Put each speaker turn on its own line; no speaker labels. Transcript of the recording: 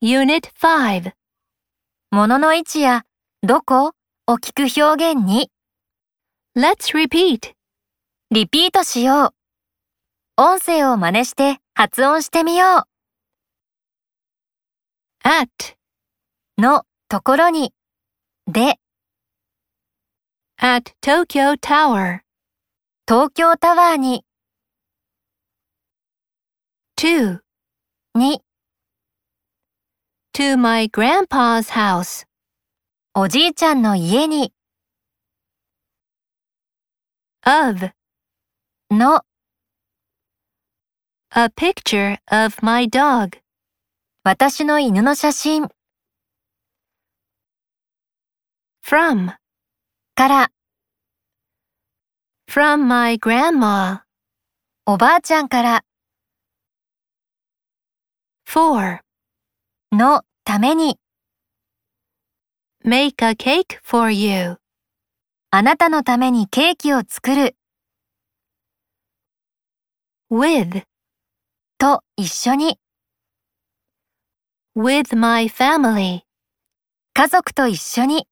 Unit 5物の位置やどこを聞く表現に Let's repeat リピートしよう音声を真似して発音してみよう at のところにで at Tokyo Tower 東京タワーに to に to my grandpa's house おじいちゃんの家に of の a picture of my dog 私の犬の写真 from から from my grandma おばあちゃんから for のために make a cake for you あなたのためにケーキを作る with と一緒に with my family 家族と一緒に